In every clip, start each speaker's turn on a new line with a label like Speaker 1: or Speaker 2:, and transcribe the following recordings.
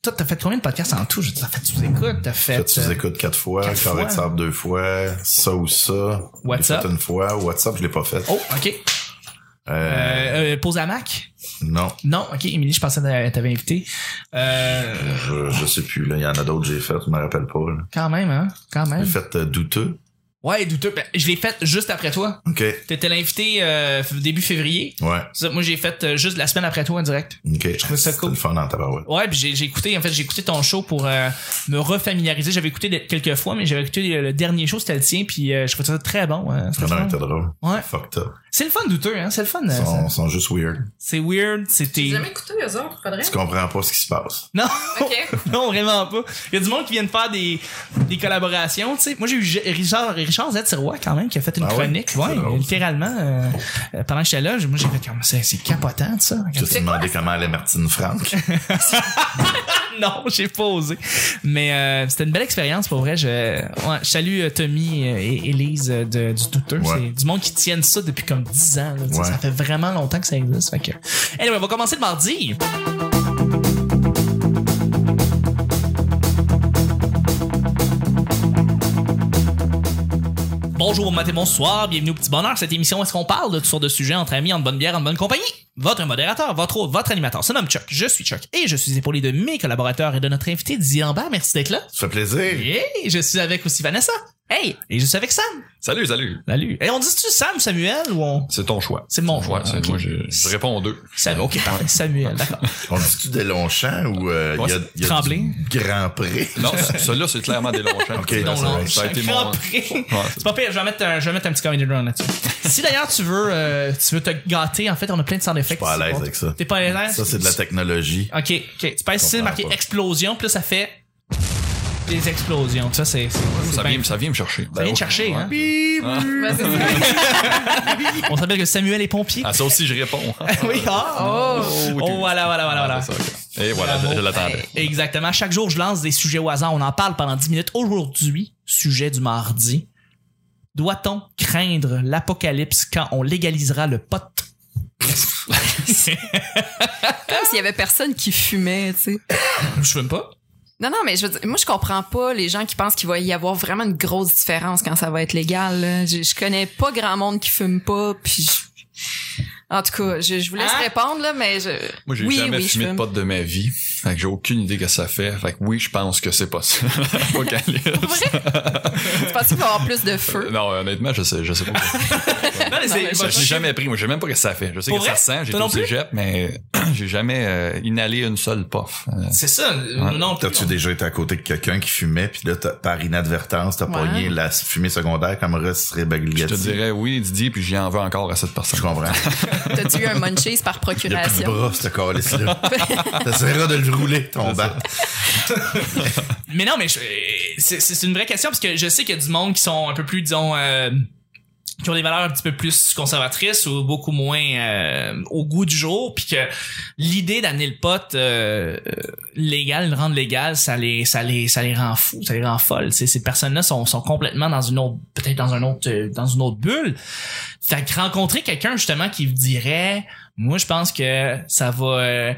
Speaker 1: Toi, t'as fait combien de podcasts en tout? Je- T'as fait sous-écoute, t'as fait...
Speaker 2: Fait, tu les écoutes quatre fois,
Speaker 1: euh, quatre
Speaker 2: Carré de
Speaker 1: fois.
Speaker 2: sable deux fois, ça ou ça.
Speaker 1: What's
Speaker 2: J'ai
Speaker 1: up?
Speaker 2: fait une fois, WhatsApp, je l'ai pas fait.
Speaker 1: Oh, OK. Euh,
Speaker 2: Euh,
Speaker 1: euh, pose à Mac?
Speaker 2: non,
Speaker 1: Non, OK. Émilie, je pensais que t'avais invité. Euh,
Speaker 2: je, je sais plus, là. Il y en a d'autres que j'ai fait, je me rappelle pas, là.
Speaker 1: quand même, hein? Quand même.
Speaker 2: J'ai fait euh, douteux.
Speaker 1: Ouais, douteux. Ben, je l'ai fait juste après toi.
Speaker 2: OK.
Speaker 1: T'étais l'invité euh, f- début février.
Speaker 2: Ouais.
Speaker 1: Ça, Moi, j'ai fait euh, juste la semaine après toi en direct.
Speaker 2: OK. Je
Speaker 1: trouvais ça cool.
Speaker 2: le fun dans ta barouette.
Speaker 1: Ouais, puis j'ai j'ai écouté, en fait, j'ai écouté ton show pour euh, me refamiliariser. J'avais écouté de- quelques fois, mais j'avais écouté euh, le, le dernier show, c'était le tien, puis euh, je trouvais ça très bon. hein. C'était
Speaker 2: Non, non,
Speaker 1: fun.
Speaker 2: était drôle.
Speaker 1: Ouais.
Speaker 2: Fucked up.
Speaker 1: C'est le fun douteux, hein? C'est le fun.
Speaker 2: Ils
Speaker 1: euh,
Speaker 2: sont,
Speaker 1: ça.
Speaker 2: sont juste weird.
Speaker 1: C'est weird, c'était...
Speaker 3: J'ai jamais écouté eux autres, faudrait.
Speaker 2: Tu comprends pas ce qui se passe.
Speaker 1: Non,
Speaker 3: Ok.
Speaker 1: non, vraiment pas. Il y a du monde qui viennent faire des, des collaborations, tu sais. Moi, j'ai eu G- Richard, Richard Z. Sirois, quand même, qui a fait une
Speaker 2: Ah ouais?
Speaker 1: chronique.
Speaker 2: C'est
Speaker 1: Ouais,
Speaker 2: drôle, ça.
Speaker 1: littéralement. euh, euh, pendant que j'étais là, j'ai- moi, j'ai fait comme ça, c'est capotant, ça.
Speaker 2: Je t'ai
Speaker 3: C'est quoi,
Speaker 2: demandé comment allait Martine Franck.
Speaker 1: non, j'ai pas osé. Mais euh, c'était une belle expérience pour vrai. Je, ouais, je salue euh, Tommy euh, et Elise de, du Douteur.
Speaker 2: Ouais.
Speaker 1: C'est du monde qui tiennent ça depuis comme 10 ans. là, tu sais,
Speaker 2: Ouais.
Speaker 1: Ça fait vraiment longtemps que ça existe. Fait que... Anyway, on va commencer le mardi. Bonjour, bon matin, bonsoir, bienvenue au Petit Bonheur. Cette émission où est-ce qu'on parle de toutes sortes de sujets entre amis, en bonne bière, en bonne compagnie. Votre modérateur, votre hôte, votre animateur se nomme Chuck. Je suis Chuck et je suis épaulé de mes collaborateurs et de notre invité Dylan Bas. Merci d'être là.
Speaker 2: Ça fait plaisir.
Speaker 1: Et je suis avec aussi Vanessa. Hey, et je suis avec Sam.
Speaker 4: Salut, salut.
Speaker 1: Salut. Et on dit-tu Sam, Samuel ou on...
Speaker 4: C'est ton choix.
Speaker 1: C'est mon
Speaker 4: Ouais,
Speaker 1: choix.
Speaker 4: c'est- moi, je, je réponds aux deux.
Speaker 1: Sam, ok, parfait. Samuel, d'accord.
Speaker 2: On dit-tu des longs champs ou euh, il y a,
Speaker 1: Ouais,
Speaker 2: il y a
Speaker 1: Tremblay.
Speaker 2: du grand prix?
Speaker 4: Non, c- celui-là, c'est clairement des longs champs.
Speaker 2: Ok,
Speaker 4: C'est-
Speaker 2: donc,
Speaker 4: ça-
Speaker 2: long
Speaker 4: ça a été
Speaker 1: Grand
Speaker 4: mon.
Speaker 1: Prix.
Speaker 4: Ouais,
Speaker 1: C'est
Speaker 4: c'est-
Speaker 1: pas pire, je vais mettre un, je vais mettre un petit comedy run là-dessus. si d'ailleurs tu veux, euh, tu veux te gâter, en fait, on a plein de sound effects.
Speaker 2: Je suis pas à l'aise avec ça.
Speaker 1: T'es pas à l'aise?
Speaker 2: Ça, c'est de la technologie.
Speaker 1: Ok, ok. Tu peux essayer de
Speaker 2: comprends
Speaker 1: marquer
Speaker 2: pas.
Speaker 1: explosion, puis là, ça fait des explosions. Ça, c'est. c'est- c'est
Speaker 4: ça,
Speaker 1: bien-
Speaker 4: vient, ça vient me chercher.
Speaker 1: Ça
Speaker 2: Ben
Speaker 1: vient te chercher, hein?
Speaker 3: Vas-y, c'est
Speaker 1: On s'appelle que Samuel est pompier.
Speaker 4: À Ah, ça aussi, je réponds.
Speaker 1: oui, ah!
Speaker 3: Oh.
Speaker 1: Oh, voilà, voilà, voilà, voilà.
Speaker 4: C'est Ah, ça, ok. Et voilà, je, je l'attendais.
Speaker 1: Exactement. Chaque jour, je lance des sujets au hasard. On en parle pendant 10 minutes. Aujourd'hui, sujet du mardi. Doit-on craindre l'apocalypse quand on légalisera le pot?
Speaker 3: comme s'il y avait personne qui fumait, tu sais.
Speaker 1: Je fume pas.
Speaker 3: Non, non, mais je veux dire, moi, je comprends pas les gens qui pensent qu'il va y avoir vraiment une grosse différence quand ça va être légal. là. Je, je connais pas grand monde qui fume pas, puis je- En tout cas, je, je vous laisse
Speaker 1: Hein?
Speaker 3: répondre, là, mais je...
Speaker 4: Moi, j'ai
Speaker 3: oui,
Speaker 4: jamais
Speaker 3: oui,
Speaker 4: fumé
Speaker 3: je
Speaker 4: de
Speaker 3: fume.
Speaker 4: pote de ma vie. Fait que j'ai aucune idée que ça fait. Fait que oui, je pense que c'est possible. Apocalypse.
Speaker 3: Tu penses qu'il va y avoir plus de feu?
Speaker 4: Non, honnêtement, je sais, je sais pas.
Speaker 1: Non, mais c'est-
Speaker 3: mais
Speaker 1: bah,
Speaker 4: Je l'ai jamais pris. Moi, je sais même pas ce que ça fait. Je sais
Speaker 1: Pour
Speaker 4: que
Speaker 1: vrai?
Speaker 4: ça sent. J'ai
Speaker 1: Toi
Speaker 4: tout
Speaker 1: non plus?
Speaker 4: cégep, mais j'ai jamais euh, inhalé une seule puff. Euh,
Speaker 1: c'est ça. Euh, Non, plus.
Speaker 2: T'as-tu déjà été à côté de quelqu'un qui fumait, puis là, t'as- par inadvertance, t'as
Speaker 3: Ouais.
Speaker 2: pogné la fumée secondaire comme Russ
Speaker 4: je te
Speaker 2: Rebagligati?
Speaker 4: dirais oui, Didier, puis j'y en veux encore à cette personne.
Speaker 2: Je comprends.
Speaker 3: T'as-tu eu un munchies par
Speaker 2: Il y a plus de
Speaker 3: procuration?
Speaker 2: bras, ce calice-là. T'essaieras de le rouler, ton bat.
Speaker 1: Mais non, mais je- euh, c'est c'est une vraie question parce que je sais qu'il y a du monde qui sont un peu plus, disons, euh, qui ont des valeurs un petit peu plus conservatrices ou beaucoup moins euh, au goût du jour, puis que l'idée d'amener le pote euh, euh, légal, le rendre légal, ça les, ça les, ça les rend fous, ça les rend folles. Tu sais, ces personnes-là sont, sont complètement dans une autre, peut-être dans un autre, euh, dans une autre bulle. Fait que rencontrer quelqu'un justement qui vous dirait, moi je pense que ça va euh, euh,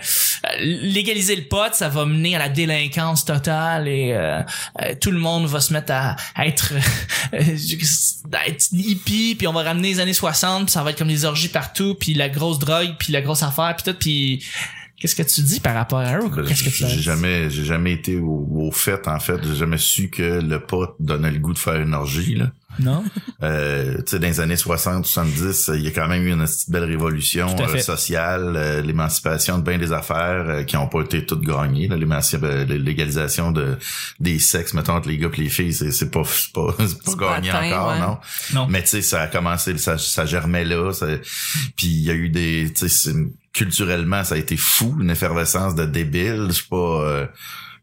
Speaker 1: légaliser le pot, ça va mener à la délinquance totale et euh, euh, tout le monde va se mettre à, à être, euh, à être hippie, puis on va ramener les années 60, puis ça va être comme des orgies partout, puis la grosse drogue, puis la grosse affaire, puis tout, puis qu'est-ce que tu dis par rapport à eux?
Speaker 2: Ben,
Speaker 1: Qu'est-ce que tu
Speaker 2: J'ai jamais, j'ai jamais été au, au fait, en fait. J'ai jamais su que le pot donnait le goût de faire une orgie, là.
Speaker 1: Non?
Speaker 2: Euh, tu sais, dans les années 60, 70, euh, il y a quand même eu une petite belle révolution
Speaker 1: Tout à
Speaker 2: euh,
Speaker 1: fait.
Speaker 2: sociale, euh, l'émancipation de bien des affaires euh, qui n'ont pas été toutes gagnées. là, l'émanci- euh, la légalisation de des sexes, mettons, entre les gars et les filles, c'est, c'est pas, c'est pas, c'est pas
Speaker 3: C'est pas
Speaker 2: gagné
Speaker 3: atteint,
Speaker 2: encore,
Speaker 3: ouais.
Speaker 2: non?
Speaker 1: Non.
Speaker 2: Mais tu sais, ça a commencé, ça, ça germait là. ça- Puis il y a eu des... tu sais, c'est- Culturellement, ça a été fou, une effervescence de débiles. Je sais pas... euh,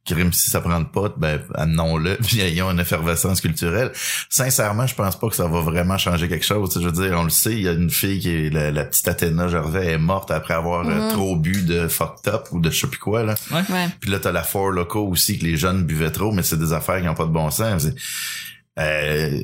Speaker 2: crime, si ça prend le pote, ben amenons-le, puis ayons une effervescence culturelle. Sincèrement, je pense pas que ça va vraiment changer quelque chose. Tu sais, Je veux dire, on le sait, il y a une fille qui est la, la petite Athéna Gervais est morte après avoir euh, trop bu de fucked up ou de je sais plus quoi. Là.
Speaker 3: Ouais.
Speaker 2: Puis là, t'as la four loco aussi que les jeunes buvaient trop, mais c'est des affaires qui n'ont pas de bon sens. C'est- Euh,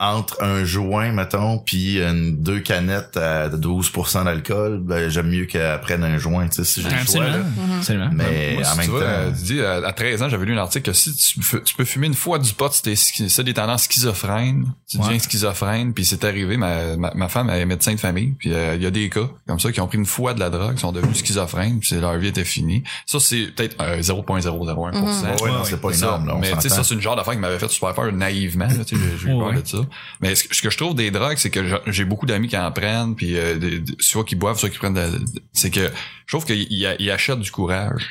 Speaker 2: entre un joint, mettons, puis une- deux canettes à 12% d'alcool, ben, j'aime mieux qu'elle prenne un joint, tu sais, si j'ai le choix.
Speaker 1: Ah, Absolument.
Speaker 2: là.
Speaker 1: Absolument.
Speaker 2: Mais
Speaker 4: Moi, si
Speaker 2: en même
Speaker 4: tu vois,
Speaker 2: temps,
Speaker 4: euh, Didier, à, à 13 ans, j'avais lu un article que si tu, fu- tu peux fumer une fois du pot, si t'es schi- ça des tendances schizophrènes, tu
Speaker 1: Ouais.
Speaker 4: deviens schizophrène, puis c'est arrivé, ma, ma, ma femme elle est médecin de famille, puis euh, il y a des cas comme ça qui ont pris une fois de la drogue, sont devenus schizophrènes, puis c'est- leur vie était finie. Ça, c'est peut-être euh, 0.001%.
Speaker 2: ouais, ouais, non,
Speaker 1: ouais,
Speaker 2: c'est pas
Speaker 4: C'est ça.
Speaker 2: énorme, là, on
Speaker 4: mais tu sais,
Speaker 2: s'entend.
Speaker 4: ça, c'est une genre d'affaire qui m'avait fait super peur naïvement. là, tu sais, J'ai j'ai eu
Speaker 1: Ouais,
Speaker 4: peur
Speaker 1: ouais.
Speaker 4: de ça. Mais ce que, ce que je trouve des drogues, c'est que je- j'ai beaucoup d'amis qui en prennent, puis euh, des- des- soit qui boivent, soit qui prennent de la- C'est que je trouve qu'ils ils a- ils achètent du courage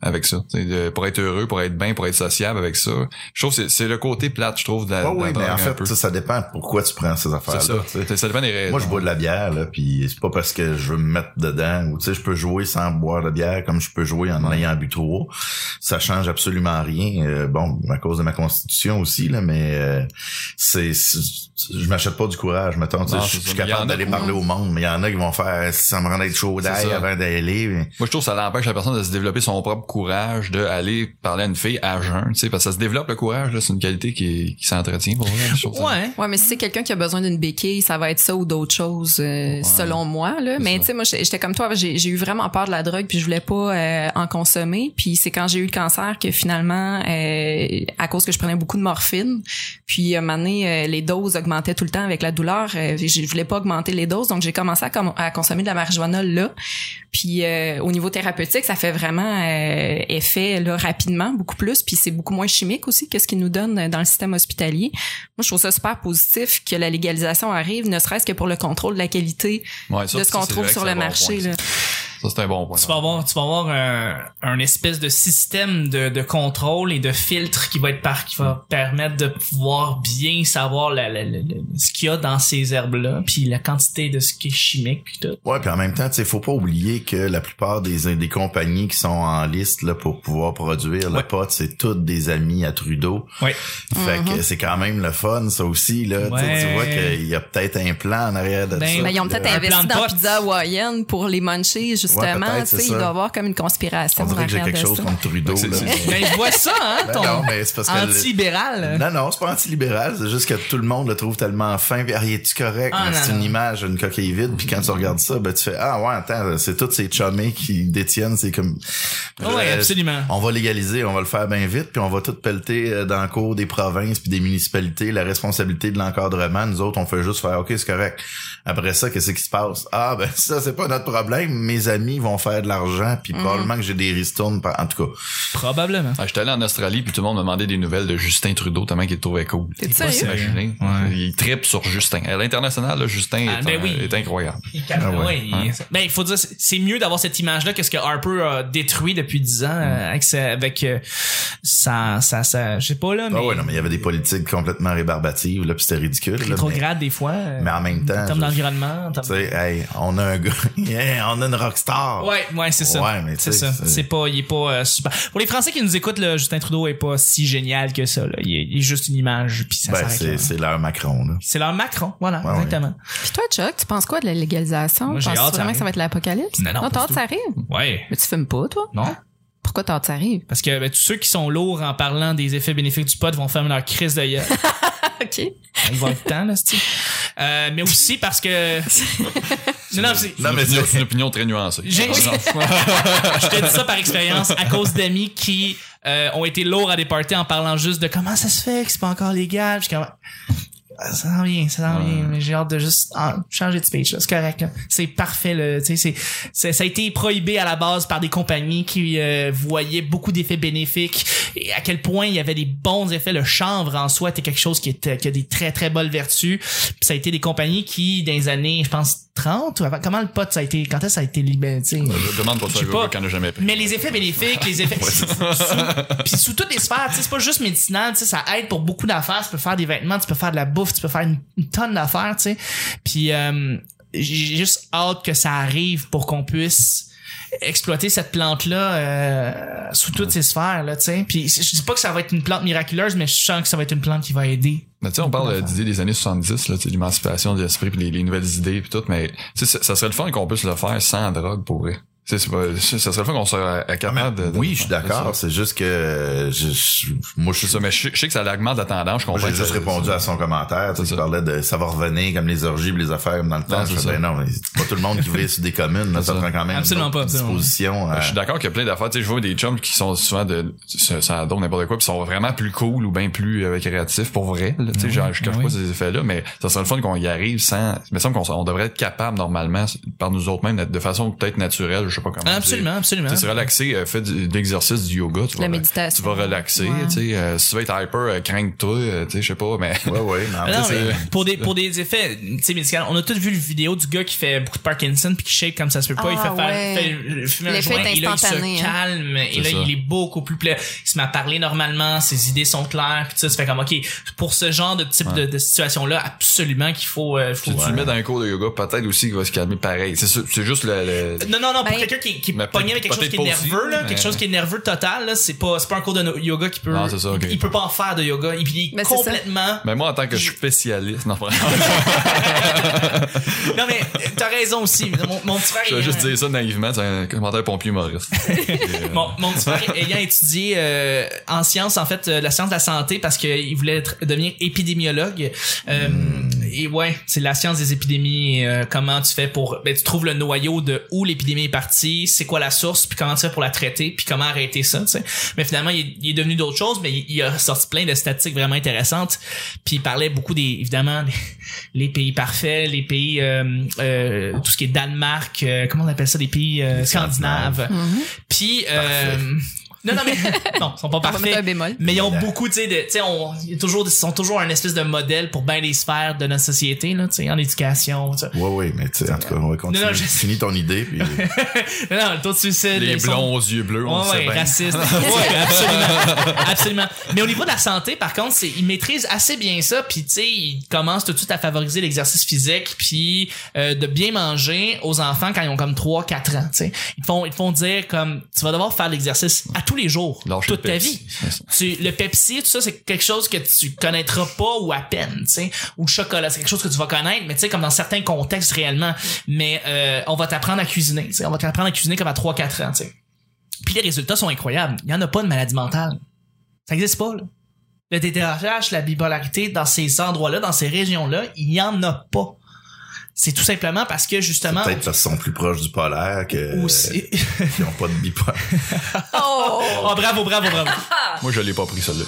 Speaker 4: avec ça. tu sais, de- pour être heureux, pour être bien, pour être sociable avec ça. Je trouve que c'est- c'est le côté plate, je trouve, de la,
Speaker 2: Ouais,
Speaker 4: de la
Speaker 2: oui, mais
Speaker 4: drogue
Speaker 2: en
Speaker 4: un
Speaker 2: fait,
Speaker 4: peu.
Speaker 2: ça, ça dépend pourquoi tu prends ces
Speaker 4: C'est ça.
Speaker 2: affaires-là. tu sais.
Speaker 4: C'est- Ça dépend des raisons.
Speaker 2: Moi, je bois de la bière, là, puis c'est pas parce que je veux me mettre dedans, ou tu sais, je peux jouer sans boire de bière comme je peux jouer en ayant bu trop. Ça change absolument rien. Euh, bon, à cause de ma constitution aussi, là, mais euh, c'est, c'est- je m'achète pas du courage, mettons. tu sais,
Speaker 4: Non,
Speaker 2: Je
Speaker 4: c'est
Speaker 2: je suis
Speaker 4: ça. Il y en a-
Speaker 2: capable d'aller parler au monde, mais il y en a qui vont faire, ça me rend être chaud
Speaker 4: C'est
Speaker 2: d'ail
Speaker 4: ça.
Speaker 2: avant d'aller. mais-
Speaker 4: Moi, je trouve que ça l'empêche la personne de se développer son propre courage d'aller parler à une fille à jeun, tu sais, parce que ça se développe le courage, là, c'est une qualité qui, qui s'entretient pour vrai. je trouve ça.
Speaker 1: Ouais.
Speaker 3: Ouais, mais si c'est quelqu'un qui a besoin d'une béquille, ça va être ça ou d'autres choses, euh, selon moi. Là. Mais
Speaker 4: ça.
Speaker 3: tu sais, moi, j'étais j'étais comme toi, j'ai j'ai eu vraiment peur de la drogue, puis je voulais pas euh, en consommer. Puis c'est quand j'ai eu le cancer que finalement, euh, à cause que je prenais beaucoup de morphine, puis à un moment donné, euh, les doses augmentaient tout le temps avec la douleur. euh, je voulais pas augmenter les doses, donc j'ai commencé à, com- à consommer de la marijuana là. Puis euh, au niveau thérapeutique, ça fait vraiment euh, effet là, rapidement, beaucoup plus. Puis c'est beaucoup moins chimique aussi que ce qu'ils nous donnent euh, dans le système hospitalier. Moi, je trouve ça super positif que la légalisation arrive, ne serait-ce que pour le contrôle de la qualité
Speaker 4: Ouais, ça,
Speaker 3: de ce
Speaker 4: ça,
Speaker 3: qu'on
Speaker 4: c'est
Speaker 3: trouve
Speaker 4: vrai que
Speaker 3: sur
Speaker 4: c'est
Speaker 3: le
Speaker 4: un bon
Speaker 3: marché.
Speaker 4: point,
Speaker 3: là.
Speaker 4: Ça, c'est un bon point.
Speaker 1: Tu vas avoir, tu vas avoir un, un espèce de système de, de contrôle et de filtre qui va être par, qui va permettre de pouvoir bien savoir la- la- la- la- ce qu'il y a dans ces herbes-là, puis la quantité de ce qui est chimique, puis tout.
Speaker 2: Ouais, puis en même temps, tu sais, faut pas oublier que la plupart des, des compagnies qui sont en liste là, pour pouvoir produire
Speaker 1: Ouais.
Speaker 2: le pot, c'est toutes des amis à Trudeau.
Speaker 1: Ouais.
Speaker 2: Fait
Speaker 3: Mm-hmm.
Speaker 2: que c'est quand même le fun, ça aussi, là. Tu sais,
Speaker 1: Ouais.
Speaker 2: Tu vois qu'il y a peut-être un plan en arrière de
Speaker 1: Ben,
Speaker 2: ça.
Speaker 1: ben,
Speaker 3: Ben, ils ont peut-être
Speaker 2: Là,
Speaker 1: un plan
Speaker 3: investi
Speaker 1: de
Speaker 3: dans
Speaker 1: potes.
Speaker 3: Pizza Hawaïenne pour les munchies, justement.
Speaker 2: peut-être,
Speaker 3: tu
Speaker 2: c'est
Speaker 3: sais, il
Speaker 2: ça.
Speaker 3: doit y avoir comme une conspiration
Speaker 2: On dirait que j'ai
Speaker 3: derrière
Speaker 2: quelque
Speaker 3: de
Speaker 2: chose
Speaker 3: ça.
Speaker 2: contre Trudeau.
Speaker 4: Ouais, c'est-
Speaker 2: là.
Speaker 4: c'est-
Speaker 1: Ben, je vois ça, hein,
Speaker 2: Ben
Speaker 1: ton
Speaker 2: non, mais c'est parce que... le-
Speaker 1: anti-libéral. hein?
Speaker 2: Non, non, c'est pas anti-libéral, c'est juste que tout le monde le trouve tellement fin, puis ah, il est-tu correct?
Speaker 1: Ah,
Speaker 2: Mais
Speaker 1: non,
Speaker 2: c'est une
Speaker 1: non.
Speaker 2: image, une coquille vide, puis quand tu regardes ça, ben tu fais, ah ouais, attends, c'est tous ces chummés qui détiennent, c'est comme...
Speaker 1: Ah ouais,
Speaker 2: Euh,
Speaker 1: absolument.
Speaker 2: On va légaliser, on va le faire bien vite, puis on va tout pelleter euh, dans le cours des provinces puis des municipalités, la responsabilité de l'encadrement. Nous autres, on fait juste faire, OK, c'est correct. Après ça, qu'est-ce qui se passe? Ah, ben ça, c'est pas notre problème. Mes amis vont faire de l'argent,
Speaker 1: Mhm.
Speaker 2: puis probablement que j'ai des ristournes. par- En tout cas,
Speaker 1: Probablement.
Speaker 4: Ah, J'étais allé en Australie, puis tout le monde me demandait des nouvelles de Justin Trudeau, tellement qu'il le trouvait cool.
Speaker 3: T'es
Speaker 1: C'est pas
Speaker 3: sérieux?
Speaker 4: Imaginez.
Speaker 1: Ouais.
Speaker 4: Il tripe sur Justin. À l'international, là, Justin
Speaker 1: Ah,
Speaker 4: est,
Speaker 1: ben
Speaker 4: un-
Speaker 1: oui.
Speaker 4: est incroyable.
Speaker 1: Ah
Speaker 2: ouais,
Speaker 1: ouais, il-
Speaker 4: hein.
Speaker 1: Ben, il faut dire, c'est c'est mieux d'avoir cette image-là que ce que Harper a détruit depuis 10
Speaker 2: Mm.
Speaker 1: ans euh, avec, sa, avec euh, sa, sa, sa- je sais pas là, mais
Speaker 2: ah ouais, non, mais il y avait des politiques complètement rébarbatives, là, puis c'était ridicule. là, mais,
Speaker 1: rétrograde des fois. euh,
Speaker 2: mais en même temps,
Speaker 1: en
Speaker 2: je-
Speaker 1: termes d'environnement, en termes-
Speaker 2: tu sais, hey, on a un gars, Yeah, on a une rockstar.
Speaker 1: Ouais, ouais, c'est ça.
Speaker 2: Ouais, mais tu
Speaker 1: c'est
Speaker 2: sais,
Speaker 1: ça.
Speaker 2: c'est-
Speaker 1: C'est pas, il est pas euh, super. Pour les Français qui nous écoutent, là, Justin Trudeau est pas si génial que ça. Là. Il, est, il est juste une image, puis ça
Speaker 2: Ben,
Speaker 1: s'arrête.
Speaker 2: c'est
Speaker 1: là.
Speaker 2: c'est leur Macron, là.
Speaker 1: C'est leur Macron, voilà,
Speaker 2: Ouais, ouais.
Speaker 1: exactement.
Speaker 3: Puis toi, Chuck, tu penses quoi de la légalisation?
Speaker 1: Moi, j'ai hâte,
Speaker 3: Penses-tu
Speaker 1: ça
Speaker 3: vraiment que
Speaker 1: arrive.
Speaker 3: ça va être l'apocalypse?
Speaker 1: Non, non, pas
Speaker 3: t'as
Speaker 1: du
Speaker 3: hâte,
Speaker 1: tout.
Speaker 3: ça arrive.
Speaker 1: Ouais.
Speaker 3: Mais tu fumes pas, toi?
Speaker 1: Non?
Speaker 3: Pourquoi t'as hâte, ça arrive?
Speaker 1: Parce que ben, tous ceux qui sont lourds en parlant des effets bénéfiques du pot vont fermer leur crise de gueule.
Speaker 3: OK.
Speaker 1: Il va être temps, là, c'est euh, Mais aussi parce que. non, non, c'est-
Speaker 2: Non, mais
Speaker 4: C'est une,
Speaker 2: c'est-
Speaker 4: opinion- une opinion très nuancée.
Speaker 1: J'ai-
Speaker 4: Genre,
Speaker 1: je te dis ça par expérience à cause d'amis qui euh, ont été lourds à des parties en parlant juste de comment ça se fait que c'est pas encore légal. Je suis comme, Ah, ça s'en vient, ça s'en
Speaker 4: Ouais.
Speaker 1: vient, mais j'ai hâte de juste ah, changer de speech. là. C'est correct. là. C'est parfait. Là. Tu sais, c'est- c'est- ça a été prohibé à la base par des compagnies qui euh, voyaient beaucoup d'effets bénéfiques et à quel point il y avait des bons effets. Le chanvre en soi était quelque chose qui, était, qui a des très très bonnes vertus. Puis ça a été des compagnies qui, dans les années, je pense, 30 ou avant, comment le pot ça a été, quand est-ce que ça a été libéré? tu sais?
Speaker 4: Je demande pas
Speaker 1: Je
Speaker 4: ça
Speaker 1: sais
Speaker 4: à un gars
Speaker 1: pas.
Speaker 4: qui en a jamais pris.
Speaker 1: Mais les effets bénéfiques, les effets. sous- Puis sous toutes les sphères, tu sais, c'est pas juste médicinal, tu sais, ça aide pour beaucoup d'affaires. Tu peux faire des vêtements, tu peux faire de la bouffe, tu peux faire une, une tonne d'affaires, tu sais. Puis euh, j'ai juste hâte que ça arrive pour qu'on puisse exploiter cette plante-là euh, sous toutes ses sphères, là, tu sais. Puis je dis pas que ça va être une plante miraculeuse, mais je sens que ça va être une plante qui va aider.
Speaker 4: Mais tu sais, on parle euh, d'idées des années 70, là, tu sais, l'émancipation de l'esprit, puis les, les nouvelles idées, puis tout, mais tu sais, ça, ça serait le fun qu'on puisse le faire sans drogue pour vrai. Tu sais, c'est pas- ça ça serait le fun qu'on soit euh, capable de, de-
Speaker 2: Oui, je suis
Speaker 4: de-
Speaker 2: d'accord. C'est juste que euh, je, je- moi, je
Speaker 4: C'est ça, mais je, je sais que ça augmente la tendance, je
Speaker 2: moi,
Speaker 4: comprends.
Speaker 2: j'ai
Speaker 4: que
Speaker 2: juste
Speaker 4: ça-
Speaker 2: répondu
Speaker 4: ça-
Speaker 2: à son commentaire. Tu
Speaker 4: C'est
Speaker 2: sais, il
Speaker 4: ça.
Speaker 2: parlait de ça va revenir comme les orgies, pis les affaires comme dans le temps.
Speaker 4: c'est
Speaker 2: je fais,
Speaker 4: ça.
Speaker 2: ben non, mais c'est pas tout le monde qui vit sur des communes. là,
Speaker 4: C'est
Speaker 2: ça,
Speaker 4: ça.
Speaker 2: prend quand même
Speaker 1: Absolument
Speaker 2: une autre
Speaker 1: pas, absolument.
Speaker 2: disposition. à-
Speaker 4: Je suis d'accord qu'il y a plein d'affaires. Tu sais, je vois des chums qui sont souvent de, ça ça donne n'importe quoi, puis sont vraiment plus cool ou bien plus euh, créatifs pour vrai. là. Tu sais, genre, je cache
Speaker 1: Ben oui.
Speaker 4: pas ces effets-là, mais ça serait le fun qu'on y arrive sans. Il me semble qu'on s- on devrait être capable normalement par nous autres mêmes, de façon peut-être naturelle, je sais pas comment. dire.
Speaker 1: Absolument, absolument.
Speaker 4: Tu sais, se relaxer, euh, fais du- de l'exercice du yoga, tu
Speaker 3: La
Speaker 4: vas,
Speaker 3: méditation.
Speaker 4: Tu vas relaxer,
Speaker 3: Ouais.
Speaker 4: tu sais, euh, si tu veux être hyper, euh, craigne-toi, euh, tu sais, je sais pas, mais
Speaker 2: Ouais, ouais. mais en
Speaker 1: Ah non,
Speaker 2: plus,
Speaker 1: mais
Speaker 2: c'est-
Speaker 1: pour des pour des effets tu sais médicaux on a tous vu le vidéo du gars qui fait beaucoup de Parkinson puis qui shake comme ça se peut pas il fait
Speaker 3: Ah,
Speaker 1: faire
Speaker 3: ouais.
Speaker 1: fait- fumer un
Speaker 3: L'effet
Speaker 1: joint et là
Speaker 3: est
Speaker 1: il
Speaker 3: instantané,
Speaker 1: se
Speaker 3: hein.
Speaker 1: calme et
Speaker 4: C'est
Speaker 1: là
Speaker 4: ça.
Speaker 1: il est beaucoup plus pla- il se met à parler normalement ses idées sont claires puis ça se fait comme ok pour ce genre de type de, de situation là absolument qu'il faut, euh, faut
Speaker 4: si tu le mets dans un cours de yoga, peut-être aussi qu'il va se calmer pareil. C'est sûr- c'est juste le, le-
Speaker 1: Euh, non, non, non, pour
Speaker 3: Ben,
Speaker 1: quelqu'un qui, qui est
Speaker 4: mais
Speaker 1: pogné avec quelque chose
Speaker 4: peut-être
Speaker 1: qui est
Speaker 4: pas aussi,
Speaker 1: nerveux, là,
Speaker 4: mais-
Speaker 1: quelque chose qui est nerveux total, là, c'est pas, c'est pas un cours de no- yoga qui peut,
Speaker 4: Non, c'est ça, ok.
Speaker 1: il, il peut pas en faire de yoga, il il est
Speaker 3: Ben, c'est ça.
Speaker 1: complètement
Speaker 4: Mais moi, en tant que spécialiste, non, vraiment,
Speaker 1: Non, mais euh, t'as raison aussi. Mon, mon petit frère.
Speaker 4: je vais
Speaker 1: ayant-
Speaker 4: juste dire ça naïvement, c'est un commentaire pompier humoriste. euh,
Speaker 1: Mon, mon petit frère ayant étudié euh, en sciences, en fait, euh, la science de la santé, parce qu'il voulait être, devenir épidémiologue. Euh, Et ouais, c'est la science des épidémies. euh, comment tu fais pour... Ben, tu trouves le noyau de où l'épidémie est partie, c'est quoi la source, puis comment tu fais pour la traiter, puis comment arrêter ça, tu sais. Mais finalement, il est, il est devenu d'autres choses, mais il, il a sorti plein de statistiques vraiment intéressantes. Puis il parlait beaucoup des... Évidemment, les, les pays parfaits, les pays... euh, euh, tout ce qui est Danemark, euh, comment on appelle ça, des pays euh, scandinaves. Puis euh, non non mais non, ils sont pas
Speaker 3: Mhm. On va mettre un
Speaker 1: parfaits.
Speaker 3: bémol.
Speaker 1: Mais ils ont beaucoup, tu sais, de- tu sais, on- il y a toujours, ils sont toujours un espèce de modèle pour bien les sphères de notre société, là, tu sais, en éducation, tu sais.
Speaker 2: Ouais, ouais, mais tu sais, en tout cas, on va continuer.
Speaker 1: non, je-
Speaker 2: Finis ton idée, puis
Speaker 1: Non, non, le taux de suicide.
Speaker 4: Les
Speaker 1: ils sont-
Speaker 4: blonds aux yeux bleus, on
Speaker 1: Ouais,
Speaker 4: le sait
Speaker 1: ouais,
Speaker 4: bien.
Speaker 1: raciste. Ouais, absolument. absolument. Mais au niveau de la santé, par contre, c'est, ils maîtrisent assez bien ça, puis tu sais, ils commencent tout de suite à favoriser l'exercice physique, puis euh, de bien manger aux enfants quand ils ont comme 3 4 ans, tu sais. Ils te font ils te font dire comme tu vas devoir faire l'exercice à tous les jours
Speaker 4: Lâcher
Speaker 1: toute
Speaker 4: le
Speaker 1: ta
Speaker 4: Pepsi.
Speaker 1: vie. Tu, le Pepsi, tout ça, c'est quelque chose que tu connaîtras pas ou à peine, tu sais. Ou le chocolat, c'est quelque chose que tu vas connaître, mais tu sais, comme dans certains contextes réellement. Mais euh, on va t'apprendre à cuisiner, tu sais. On va t'apprendre à cuisiner comme à 3-4 ans, tu sais. Puis les résultats sont incroyables. Il n'y en a pas de maladie mentale. Ça n'existe pas, là. Le TDAH, la bipolarité, dans ces endroits-là, dans ces régions-là, il n'y en a pas. C'est tout simplement parce que, justement...
Speaker 2: peut-être parce qu'ils sont plus proches du polaire que.
Speaker 1: aussi-
Speaker 2: Qui ont pas de bipolaire.
Speaker 3: Oh!
Speaker 1: Oh, bravo, bravo, bravo.
Speaker 4: Moi, je l'ai pas pris, celle-là.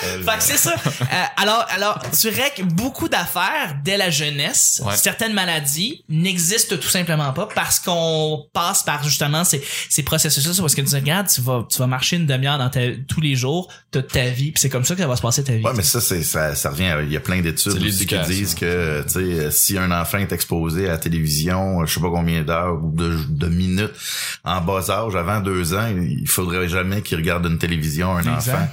Speaker 1: Fait que c'est ça. Euh, alors, alors, tu règles beaucoup d'affaires dès la jeunesse.
Speaker 4: Ouais.
Speaker 1: Certaines maladies n'existent tout simplement pas parce qu'on passe par justement ces, ces processus-là. Parce que tu dis, regarde, tu vas, tu vas marcher une demi-heure dans ta- tous les jours de ta vie. Puis c'est comme ça que ça va se passer ta vie.
Speaker 2: Ouais, mais ça, c'est, ça, ça revient. à- Il y a plein d'études
Speaker 4: C'est
Speaker 2: aussi qui
Speaker 4: l'éducation.
Speaker 2: disent que, tu sais, euh, si un enfant est exposé à la télévision, euh, je sais pas combien d'heures ou de, de minutes, en bas âge, avant deux ans, il il faudrait jamais qu'il regarde une télévision, un
Speaker 1: Exact.
Speaker 2: enfant.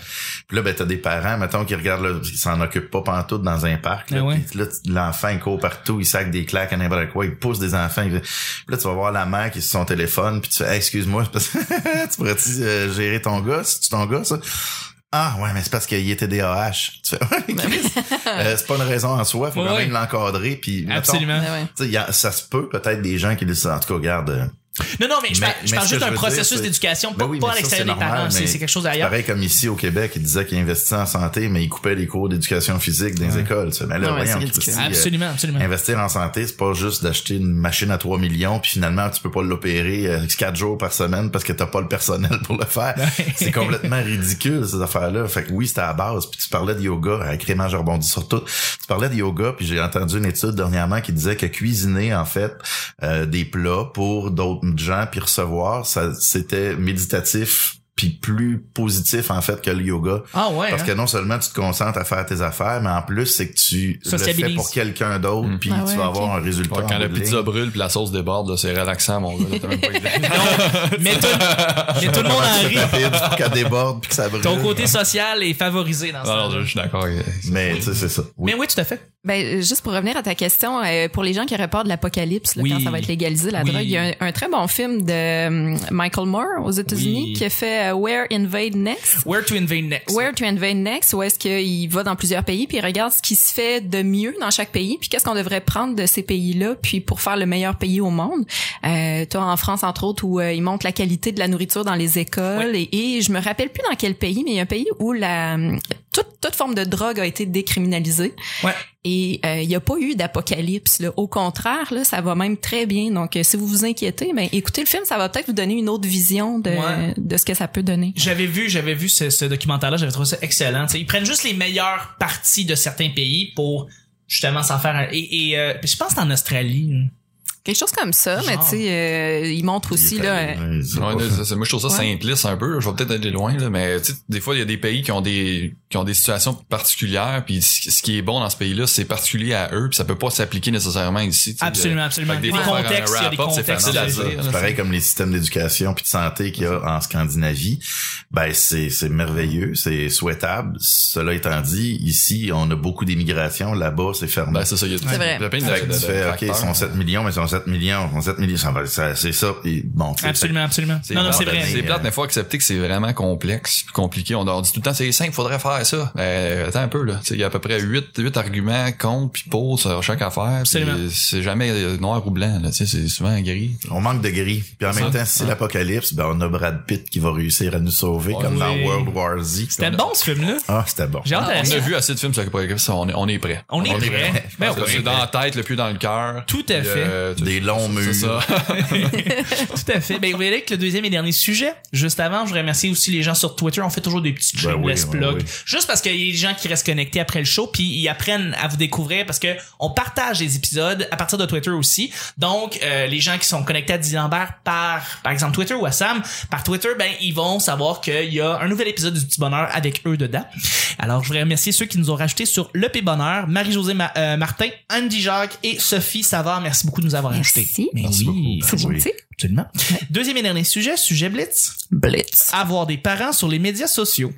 Speaker 2: Puis là, ben, t'as des parents, mettons, qui regardent, le- qui s'en occupent pas pantoute dans un parc. Là,
Speaker 1: Ah ouais.
Speaker 2: Puis là, tu- l'enfant, il court partout, il sac des claques à n'importe quoi, il pousse des enfants. il fait- Puis là, tu vas voir la mère qui est sur son téléphone, puis tu fais, Hey, excuse-moi, c'est parce que tu pourrais-tu euh, gérer ton gars, si tu ton gars, ça? Ah ouais, mais c'est parce qu'il était DAH. Tu fais, Ouais, Chris, euh, c'est pas une raison en soi,
Speaker 1: Ben
Speaker 2: faut
Speaker 1: Ouais,
Speaker 2: quand
Speaker 1: ouais.
Speaker 2: même l'encadrer. Puis mettons,
Speaker 1: Absolument.
Speaker 3: Ben ouais.
Speaker 2: tu sais, il y a- ça se peut peut-être des gens qui disent en tout cas regarde. euh,
Speaker 1: Non, non, mais je,
Speaker 2: Mais-
Speaker 1: par- je parle
Speaker 2: mais ce que
Speaker 1: juste
Speaker 2: je
Speaker 1: d'un
Speaker 2: veux dire,
Speaker 1: processus
Speaker 2: c'est-
Speaker 1: d'éducation,
Speaker 2: Ben
Speaker 1: pas,
Speaker 2: oui,
Speaker 1: pas
Speaker 2: mais
Speaker 1: à
Speaker 2: ça,
Speaker 1: l'extérieur
Speaker 2: c'est
Speaker 1: des parents.
Speaker 2: normal,
Speaker 1: C'est
Speaker 2: mais
Speaker 1: c'est quelque chose
Speaker 2: c'est
Speaker 1: d'ailleurs.
Speaker 2: pareil comme ici au Québec, ils disaient qu'ils investissaient en santé, mais ils coupaient les cours d'éducation physique dans les écoles. tu sais. Mais là,
Speaker 3: Ouais,
Speaker 2: voyons,
Speaker 3: c'est ridicule.
Speaker 2: Christy, euh,
Speaker 1: Absolument, absolument.
Speaker 2: Investir en santé, c'est pas juste d'acheter une machine à 3 millions puis finalement tu peux pas l'opérer euh, quatre jours par semaine parce que t'as pas le personnel pour le faire. c'est complètement ridicule ces affaires-là. Fait que oui, c'était à la base. Puis tu parlais de yoga, à Crément, je rebondis sur tout. Tu parlais de yoga, puis j'ai entendu une étude dernièrement qui disait que cuisiner en fait euh, des plats pour d'autres gens puis recevoir, ça c'était méditatif puis plus positif en fait que le yoga.
Speaker 1: Ah ouais.
Speaker 2: Parce
Speaker 1: hein?
Speaker 2: que non seulement tu te concentres à faire tes affaires, mais en plus, c'est que tu le fais
Speaker 1: Sociabilise.
Speaker 2: pour quelqu'un d'autre, puis
Speaker 3: Ah
Speaker 2: tu
Speaker 3: ouais,
Speaker 2: vas
Speaker 3: ok.
Speaker 2: avoir un résultat.
Speaker 4: Ouais,
Speaker 2: en
Speaker 4: quand la
Speaker 2: bout de
Speaker 4: pizza
Speaker 2: ligne.
Speaker 4: brûle pis la sauce déborde, là, c'est relaxant, mon gars. là, t'as même pas idée.
Speaker 1: Mais tout, mais tout le monde en rit.
Speaker 2: Rapide, pour qu'elle déborde, puis que ça brûle.
Speaker 1: Ton côté social est favorisé dans
Speaker 4: Non, non, je
Speaker 1: ça.
Speaker 4: je suis d'accord. avec-
Speaker 2: Mais tu sais, c'est ça. Oui.
Speaker 1: Mais oui, tout à fait.
Speaker 3: Ben, euh, juste pour revenir à ta question, euh, pour les gens qui reportent de l'apocalypse, là,
Speaker 1: Oui.
Speaker 3: quand ça va être légalisé, la
Speaker 1: Oui.
Speaker 3: drogue, il y a un, un très bon film de euh, Michael Moore aux États-Unis
Speaker 1: Oui.
Speaker 3: qui a fait euh, Where Invade Next.
Speaker 1: Where to invade next.
Speaker 3: Where to Invade Next, où est-ce qu'il va dans plusieurs pays, puis il regarde ce qui se fait de mieux dans chaque pays, puis qu'est-ce qu'on devrait prendre de ces pays-là, puis pour faire le meilleur pays au monde. Euh, toi, en France, entre autres, où euh, ils montrent la qualité de la nourriture dans les écoles, et, et je me rappelle plus dans quel pays, mais il y a un pays où la toute, toute forme de drogue a été décriminalisée.
Speaker 1: Ouais.
Speaker 3: Et euh, il n'y a pas eu d'apocalypse. là. Au contraire, là, ça va même très bien. Donc, euh, si vous vous inquiétez, ben, écoutez le film, ça va peut-être vous donner une autre vision de,
Speaker 1: Ouais.
Speaker 3: de ce que ça peut donner.
Speaker 1: J'avais vu, j'avais vu ce, ce documentaire-là, j'avais trouvé ça excellent. Tu sais, ils prennent juste les meilleures parties de certains pays pour justement s'en faire un. Et, et, euh, je pense que c'est en Australie. hein.
Speaker 3: Quelque chose comme ça,
Speaker 1: Genre.
Speaker 3: mais tu sais, euh, il montre aussi là. euh,
Speaker 2: Ouais, c'est
Speaker 4: Ouais,
Speaker 2: pas
Speaker 4: non,
Speaker 2: ça.
Speaker 4: ça, c'est- moi, je trouve ça
Speaker 3: Ouais.
Speaker 4: simpliste un peu. Je vais peut-être aller loin, là, mais tu sais, des fois, il y a des pays qui ont des qui ont des situations particulières, puis ce ce qui est bon dans ce pays-là, c'est particulier à eux, puis ça peut pas s'appliquer nécessairement ici. tu sais.
Speaker 1: Absolument, absolument.
Speaker 4: Fait que
Speaker 1: Des,
Speaker 4: des fois, faire un
Speaker 1: contextes, il y a des
Speaker 4: wrap-up, c'est
Speaker 1: contextes.
Speaker 4: facile à
Speaker 1: à
Speaker 4: dire.
Speaker 1: dire, là,
Speaker 2: C'est
Speaker 1: hein, ça.
Speaker 2: pareil comme les systèmes d'éducation puis de santé qu'il y a en Scandinavie. Ben, c'est, c'est merveilleux, c'est souhaitable. Cela étant dit, ici, on a beaucoup d'immigration. Là-bas, c'est fermé.
Speaker 4: Ben, c'est hein. ça, il y a
Speaker 1: C'est
Speaker 3: vrai.
Speaker 4: il y a plein de-
Speaker 2: Fait que tu
Speaker 4: de- de
Speaker 2: fais, OK, ils
Speaker 4: facteurs.
Speaker 2: sont 7 millions, mais ils sont 7 millions, ils sont 7 millions. Ça va- ça- c'est ça. puis bon, c'est-
Speaker 1: Absolument, absolument.
Speaker 4: C'est
Speaker 1: Non, non,
Speaker 4: plate,
Speaker 1: c'est
Speaker 2: mais-
Speaker 1: vrai.
Speaker 4: C'est plate, mais faut accepter que c'est vraiment complexe, puis compliqué. On leur dit tout le temps, c'est simple, faudrait faire ça. Ben, attends un peu, là. Tu sais, Il y a à peu près huit huit arguments contre puis pour sur chaque affaire. puis
Speaker 1: Absolument.
Speaker 4: C'est jamais euh, noir ou blanc, là. Tu sais, C'est souvent gris.
Speaker 2: On manque de gris. Puis en
Speaker 4: C'est
Speaker 2: même
Speaker 4: ça.
Speaker 2: temps, si
Speaker 4: Ouais.
Speaker 2: l'apocalypse, ben on a Brad Pitt qui va réussir à nous sauver,
Speaker 4: Ouais.
Speaker 2: comme dans
Speaker 1: Oui.
Speaker 2: World War Z.
Speaker 1: C'était bon ce film-là.
Speaker 2: Ah, c'était bon.
Speaker 1: J'ai hâte
Speaker 4: On
Speaker 1: d'aller-
Speaker 4: a vu assez de films sur l'apocalypse, on est, on est prêt.
Speaker 1: On est prêt. Ben
Speaker 4: Parce que
Speaker 1: oui.
Speaker 4: c'est dans la tête, le plus dans le cœur.
Speaker 1: Tout à
Speaker 4: Puis,
Speaker 1: fait.
Speaker 4: euh, tu-
Speaker 2: Des longs
Speaker 4: C'est
Speaker 2: murs.
Speaker 4: ça.
Speaker 1: Tout à fait. Ben, vous voyez avec le deuxième et dernier sujet. Juste avant, je remercie aussi les gens sur Twitter. On fait toujours des petites
Speaker 2: Ben oui,
Speaker 1: shameless
Speaker 2: ben
Speaker 1: plugs.
Speaker 2: oui.
Speaker 1: Juste parce qu'il y a des gens qui restent connectés après le show, puis ils apprennent à vous découvrir parce que on partage les épisodes à partir de Twitter aussi. Donc, euh, les gens qui sont connectés à Dilambert par, par exemple, Twitter ou à Sam, par Twitter, ben, ils vont savoir qu'il y a un nouvel épisode du Petit Bonheur avec eux dedans. Alors, je voudrais remercier ceux qui nous ont rajoutés sur Le P Bonheur, Marie-Josée Ma- euh, Martin, Andy Jacques et Sophie Savard. Merci beaucoup de nous avoir
Speaker 3: Merci.
Speaker 1: rajoutés. Mais
Speaker 2: Merci
Speaker 1: oui.
Speaker 2: beaucoup.
Speaker 3: C'est
Speaker 2: oui.
Speaker 3: gentil.
Speaker 1: Absolument. Deuxième et dernier sujet, sujet Blitz.
Speaker 3: Blitz.
Speaker 1: Avoir des parents sur les médias sociaux.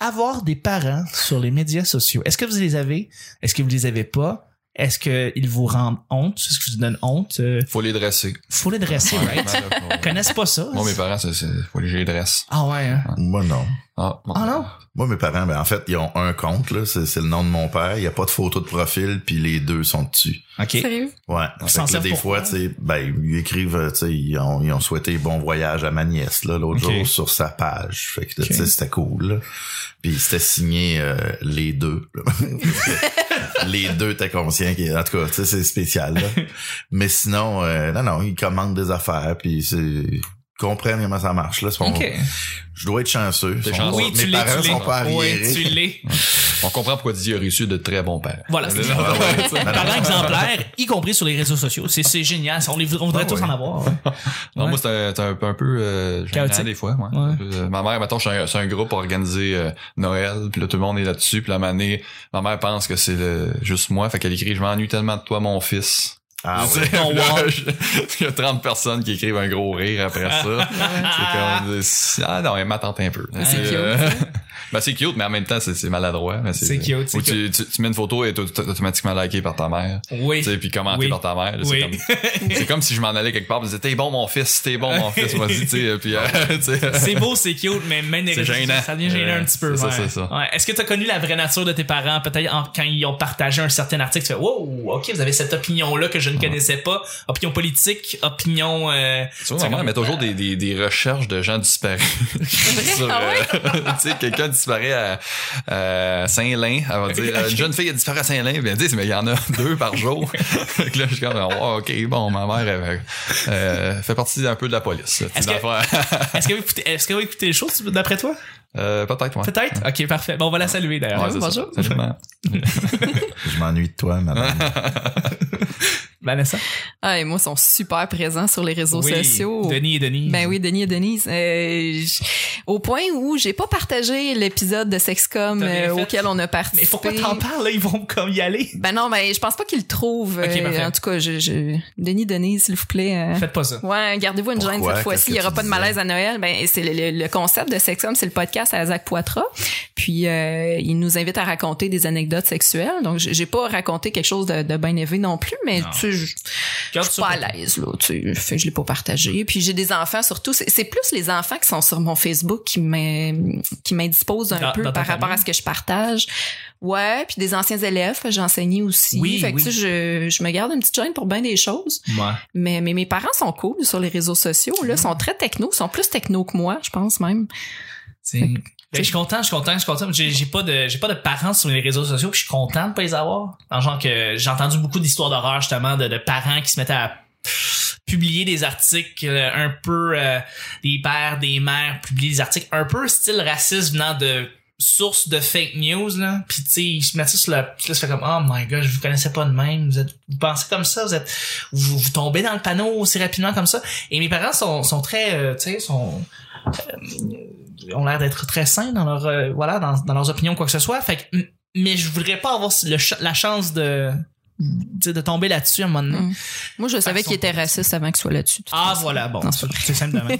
Speaker 1: Avoir des parents sur les médias sociaux. Est-ce que vous les avez? Est-ce que vous les avez pas? Est-ce qu'ils vous rendent honte? Est-ce qu'ils vous donnent honte? Euh,
Speaker 4: Faut les dresser.
Speaker 1: faut les dresser, right? Ils connaissent pas ça.
Speaker 4: Moi, mes parents, c'est, c'est, faut les, je les dresse.
Speaker 1: Ah ouais, hein?
Speaker 2: Moi, non.
Speaker 4: Ah, bon.
Speaker 1: Ah non?
Speaker 2: Moi, mes parents, ben, en fait, ils ont un compte, là. C'est, c'est le nom de mon père. Il n'y a pas de photo de profil, puis les deux sont dessus.
Speaker 1: OK.
Speaker 3: Sérieux?
Speaker 2: Ouais.
Speaker 1: Ils
Speaker 2: Fait
Speaker 1: s'en
Speaker 2: que là,
Speaker 1: servent
Speaker 2: des
Speaker 1: pour
Speaker 2: fois,
Speaker 1: quoi?
Speaker 2: tu sais, ben, ils écrivent, euh, tu sais, ils ont, ils ont souhaité bon voyage à ma nièce, là, l'autre
Speaker 1: Ok.
Speaker 2: jour, sur sa page. Fait que, là,
Speaker 1: Ok.
Speaker 2: tu sais, c'était cool, là. Puis c'était signé euh, les deux. là. les deux étaient conscients. qu'il- En tout cas, tu sais, c'est spécial, là. Mais sinon, euh, non, non, ils commandent des affaires, puis c'est... ils comprennent comment ça marche, là. Ils sont-
Speaker 1: OK.
Speaker 2: Je dois être chanceux.
Speaker 4: T'es
Speaker 2: Ils sont-
Speaker 4: chanceux.
Speaker 1: Oui,
Speaker 2: Mes
Speaker 1: tu l'es,
Speaker 2: parents
Speaker 1: tu l'es.
Speaker 2: sont pas arriérés.
Speaker 1: Oui, tu l'es.
Speaker 4: On comprend pourquoi Didier a reçu de très bons pères.
Speaker 1: Voilà. c'est-
Speaker 2: Ah ouais. Non, non.
Speaker 1: Parents exemplaires, y compris sur les réseaux sociaux. C'est- C'est génial. On, les, on voudrait
Speaker 2: Ah
Speaker 1: tous
Speaker 2: ouais.
Speaker 1: en avoir. hein. ouais.
Speaker 4: Non,
Speaker 1: Ouais.
Speaker 4: moi, c'est un, c'est un peu, un peu euh, gênant
Speaker 1: Chaotique.
Speaker 4: des fois. ouais.
Speaker 1: Ouais.
Speaker 4: Un peu, euh, ma mère, mettons, je suis un- c'est un, groupe organisé euh, Noël, puis là, tout le monde est là-dessus, puis la manée, ma mère pense que c'est le- juste moi, fait qu'elle écrit « Je m'ennuie tellement de toi, mon fils
Speaker 2: Ah
Speaker 4: Je
Speaker 2: ouais.
Speaker 4: sais, là, je- Il y a 30 personnes qui écrivent un gros rire après ça. c'est comme... c'est- Ah non, elle m'attend un peu.
Speaker 3: C'est
Speaker 4: Et,
Speaker 3: cute,
Speaker 4: ben, c'est cute, mais en même temps, c'est c'est maladroit. mais
Speaker 1: hein? C'est cute, c'est
Speaker 4: Ou tu, tu, tu mets une photo et est auto- automatiquement liké par ta mère.
Speaker 1: Oui.
Speaker 4: Tu sais, puis commenté
Speaker 1: Oui.
Speaker 4: par ta mère. là,
Speaker 1: Oui.
Speaker 4: C'est comme, c'est comme si je m'en allais quelque part, pis je disais, t'es bon mon fils, t'es bon mon fils, vas-y, tu sais, puis, euh, tu sais.
Speaker 1: C'est beau, c'est cute, mais même
Speaker 4: C'est gênant.
Speaker 1: ça devient gênant
Speaker 4: Ouais,
Speaker 1: un petit peu.
Speaker 4: c'est ça,
Speaker 1: ouais.
Speaker 4: c'est ça.
Speaker 1: Ouais. Est-ce que tu as connu la vraie nature de tes parents, peut-être en- quand ils ont partagé un certain article, tu fais wow, ok, vous avez cette opinion-là que je ne connaissais pas, opinion politique, opinion. euh,
Speaker 4: Tu vois, ma mère met toujours des, des, des recherches de gens disparus. Sur,
Speaker 3: Ah ouais?
Speaker 4: euh, tu sais, quelqu'un disparaît à, à Saint-Lin. Elle va dire, euh, une jeune fille a disparu à Saint-Lin. Puis elle dit, mais il y en a deux par jour. Fait que là, je suis comme, Ah, OK, bon, ma mère elle, euh, fait partie un peu de la police. là, tu sais,
Speaker 1: Est-ce
Speaker 4: dans
Speaker 1: que-
Speaker 4: le fond.
Speaker 1: Est-ce que vous écoutez, est-ce que vous écoutez les choses d'après toi
Speaker 4: Euh, Peut-être, ouais.
Speaker 1: Peut-être. Ok, parfait. Bon, on va la saluer d'ailleurs.
Speaker 4: Ouais, c'est ça.
Speaker 1: Bonjour.
Speaker 4: Absolument.
Speaker 2: Je m'ennuie de toi, madame.
Speaker 1: Vanessa.
Speaker 3: Ah, et moi, ils sont super présents sur les réseaux
Speaker 1: Oui.
Speaker 3: sociaux.
Speaker 1: Denis et Denis.
Speaker 3: Ben oui, Denis et Denise. Euh, j- au point où j'ai pas partagé l'épisode de Sexcom
Speaker 1: T'as bien
Speaker 3: euh,
Speaker 1: fait.
Speaker 3: auquel on a participé.
Speaker 1: Mais pourquoi t'en parles là Ils vont comme y aller.
Speaker 3: Ben non, ben je pense pas qu'ils le trouvent.
Speaker 1: Ok,
Speaker 3: Euh,
Speaker 1: parfait.
Speaker 3: en tout cas, je, je... Denis, Denise, s'il vous plaît. euh,
Speaker 1: Faites pas ça.
Speaker 3: Ouais, gardez-vous une gêne
Speaker 2: Pourquoi?
Speaker 3: cette fois-ci.
Speaker 2: Qu'est-ce
Speaker 3: Il y
Speaker 2: que
Speaker 3: aura
Speaker 2: tu
Speaker 3: pas de
Speaker 2: disais?
Speaker 3: malaise à Noël. Ben, c'est le, le- le concept de Sexum, c'est le podcast à Zach Poitras. Puis euh, il nous invite à raconter des anecdotes sexuelles. Donc j'ai j'ai pas raconté quelque chose de, de bien élevé non plus, mais
Speaker 1: Non.
Speaker 3: tu sais, je- je
Speaker 1: Garde
Speaker 3: suis
Speaker 1: ça
Speaker 3: pas à
Speaker 1: pour toi.
Speaker 3: l'aise là, tu sais, fait que je l'ai pas partagé. Puis j'ai des enfants surtout, c'est c'est plus les enfants qui sont sur mon Facebook qui m'in- qui m'indisposent un
Speaker 1: Dans-
Speaker 3: peu
Speaker 1: dans ta
Speaker 3: par rapport
Speaker 1: famille?
Speaker 3: à ce que je partage. Ouais, puis des anciens élèves, parce que j'enseignais aussi.
Speaker 1: Oui,
Speaker 3: fait que
Speaker 1: oui.
Speaker 3: tu sais, je, je me garde une petite gêne pour bien des choses.
Speaker 1: Ouais.
Speaker 3: Mais, mais mes parents sont cool sur les réseaux sociaux. Là, sont très techno, sont plus techno que moi, je pense même.
Speaker 1: C'est- Ben, je suis content, je suis content, je suis content. J'ai j'ai pas de, j'ai pas de parents sur les réseaux sociaux, puis je suis content de pas les avoir. En genre que j'ai entendu beaucoup d'histoires d'horreur justement de, de parents qui se mettaient à publier des articles euh, un peu euh, des pères, des mères publier des articles un peu style raciste venant de sources de fake news là puis tu sais ils se mettaient sur la puis là, ça fait comme oh my god je vous connaissais pas de même vous êtes vous pensez comme ça vous êtes vous, vous tombez dans le panneau aussi rapidement comme ça et mes parents sont sont très euh, tu sais sont ont l'air d'être très sains dans leur euh, voilà dans, dans leurs opinions quoi que ce soit fait que, m- mais je voudrais pas avoir le ch- la chance de tu sais, de tomber là-dessus à un moment donné.
Speaker 3: Mm. Moi, je
Speaker 1: qu'ils Ah,
Speaker 3: savais
Speaker 1: sont
Speaker 3: qu'il était
Speaker 1: pas-
Speaker 3: raciste avant qu'il soit là-dessus. de toute
Speaker 1: Ah
Speaker 3: façon.
Speaker 1: voilà, bon,
Speaker 3: Non, c'est
Speaker 1: c'est c'est simple de même.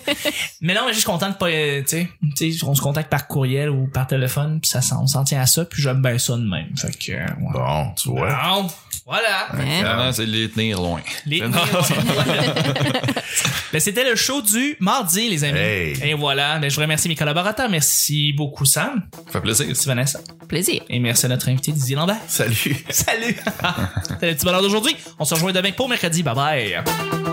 Speaker 1: mais non, mais je suis content de pas, euh, tu sais, tu sais, on se contacte par courriel ou par téléphone, puis ça, s'en- on s'en tient à ça, puis j'aime bien ça de même. Fait que, euh, ouais.
Speaker 2: Bon, tu vois.
Speaker 1: Bon, voilà.
Speaker 3: Hein?
Speaker 4: Vraiment, c'est de les tenir loin.
Speaker 1: Les-
Speaker 4: Non.
Speaker 1: Ben, c'était le show du mardi, les amis.
Speaker 2: Hey.
Speaker 1: Et voilà, ben, je remercie mes collaborateurs. Merci beaucoup Sam,
Speaker 4: Ça fait plaisir.
Speaker 1: merci Vanessa,
Speaker 3: Plaisir.
Speaker 1: et merci à notre invité Didier Lambert.
Speaker 2: Salut.
Speaker 1: Salut! C'était le petit bonheur d'aujourd'hui. On se rejoint demain pour mercredi. Bye bye!